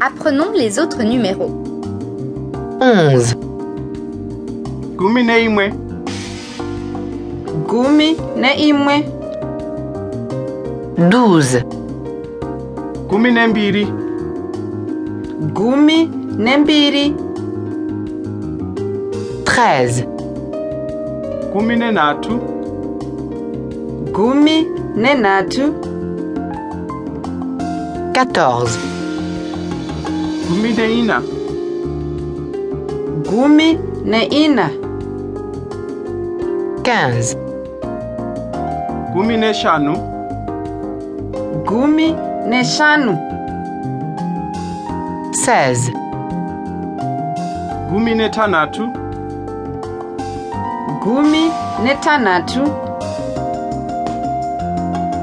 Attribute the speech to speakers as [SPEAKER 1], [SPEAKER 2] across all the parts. [SPEAKER 1] Apprenons les autres numéros.
[SPEAKER 2] 11,
[SPEAKER 3] gumi neimwe
[SPEAKER 4] gumi neimwe
[SPEAKER 2] 12,
[SPEAKER 3] gumi nembiri
[SPEAKER 4] gumi nembiri
[SPEAKER 2] 13,
[SPEAKER 3] gumi nenhatu
[SPEAKER 4] gumi nenhatu
[SPEAKER 2] 14,
[SPEAKER 3] gumi neina
[SPEAKER 4] gumi neina
[SPEAKER 2] 15,
[SPEAKER 3] gumi neshanu
[SPEAKER 4] gumi neshanu
[SPEAKER 2] 16,
[SPEAKER 3] gumi netanhatu
[SPEAKER 4] gumi netanhatu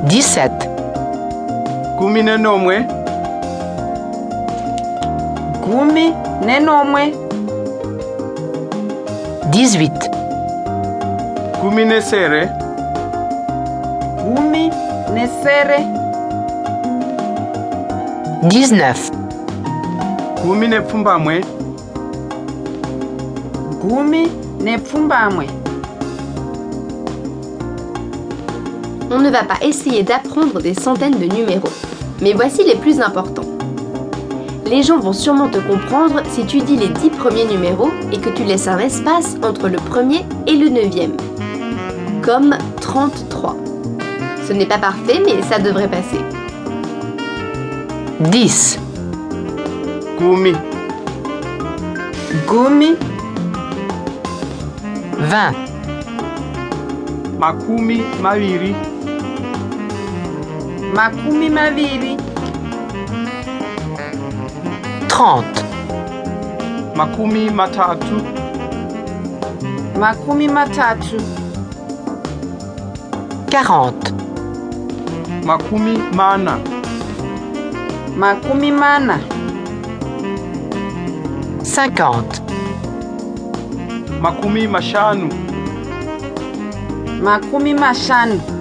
[SPEAKER 2] 17,
[SPEAKER 3] gumi nenomwe
[SPEAKER 4] gumi nenomwe
[SPEAKER 2] 18,
[SPEAKER 3] gumi nesere
[SPEAKER 4] gumi nesere
[SPEAKER 2] 19,
[SPEAKER 3] gumi nepfumbamwe
[SPEAKER 4] gumi nepfumbamwe
[SPEAKER 1] On ne va pas essayer d'apprendre des centaines de numéros, mais voici les plus importants. Les gens vont sûrement te comprendre si tu dis les 10 premiers numéros et que tu laisses un espace entre le premier et le neuvième. Comme 33. Ce n'est pas parfait, mais ça devrait passer.
[SPEAKER 2] 10,
[SPEAKER 3] gumi
[SPEAKER 4] gumi
[SPEAKER 2] 20,
[SPEAKER 3] makumi maviri
[SPEAKER 4] makumi maviri
[SPEAKER 2] 30,
[SPEAKER 3] makumi matatu
[SPEAKER 4] makumi matatu
[SPEAKER 2] 40,
[SPEAKER 3] makumi mana
[SPEAKER 4] makumi mana
[SPEAKER 2] 50,
[SPEAKER 3] makumi mashanu
[SPEAKER 4] makumi mashanu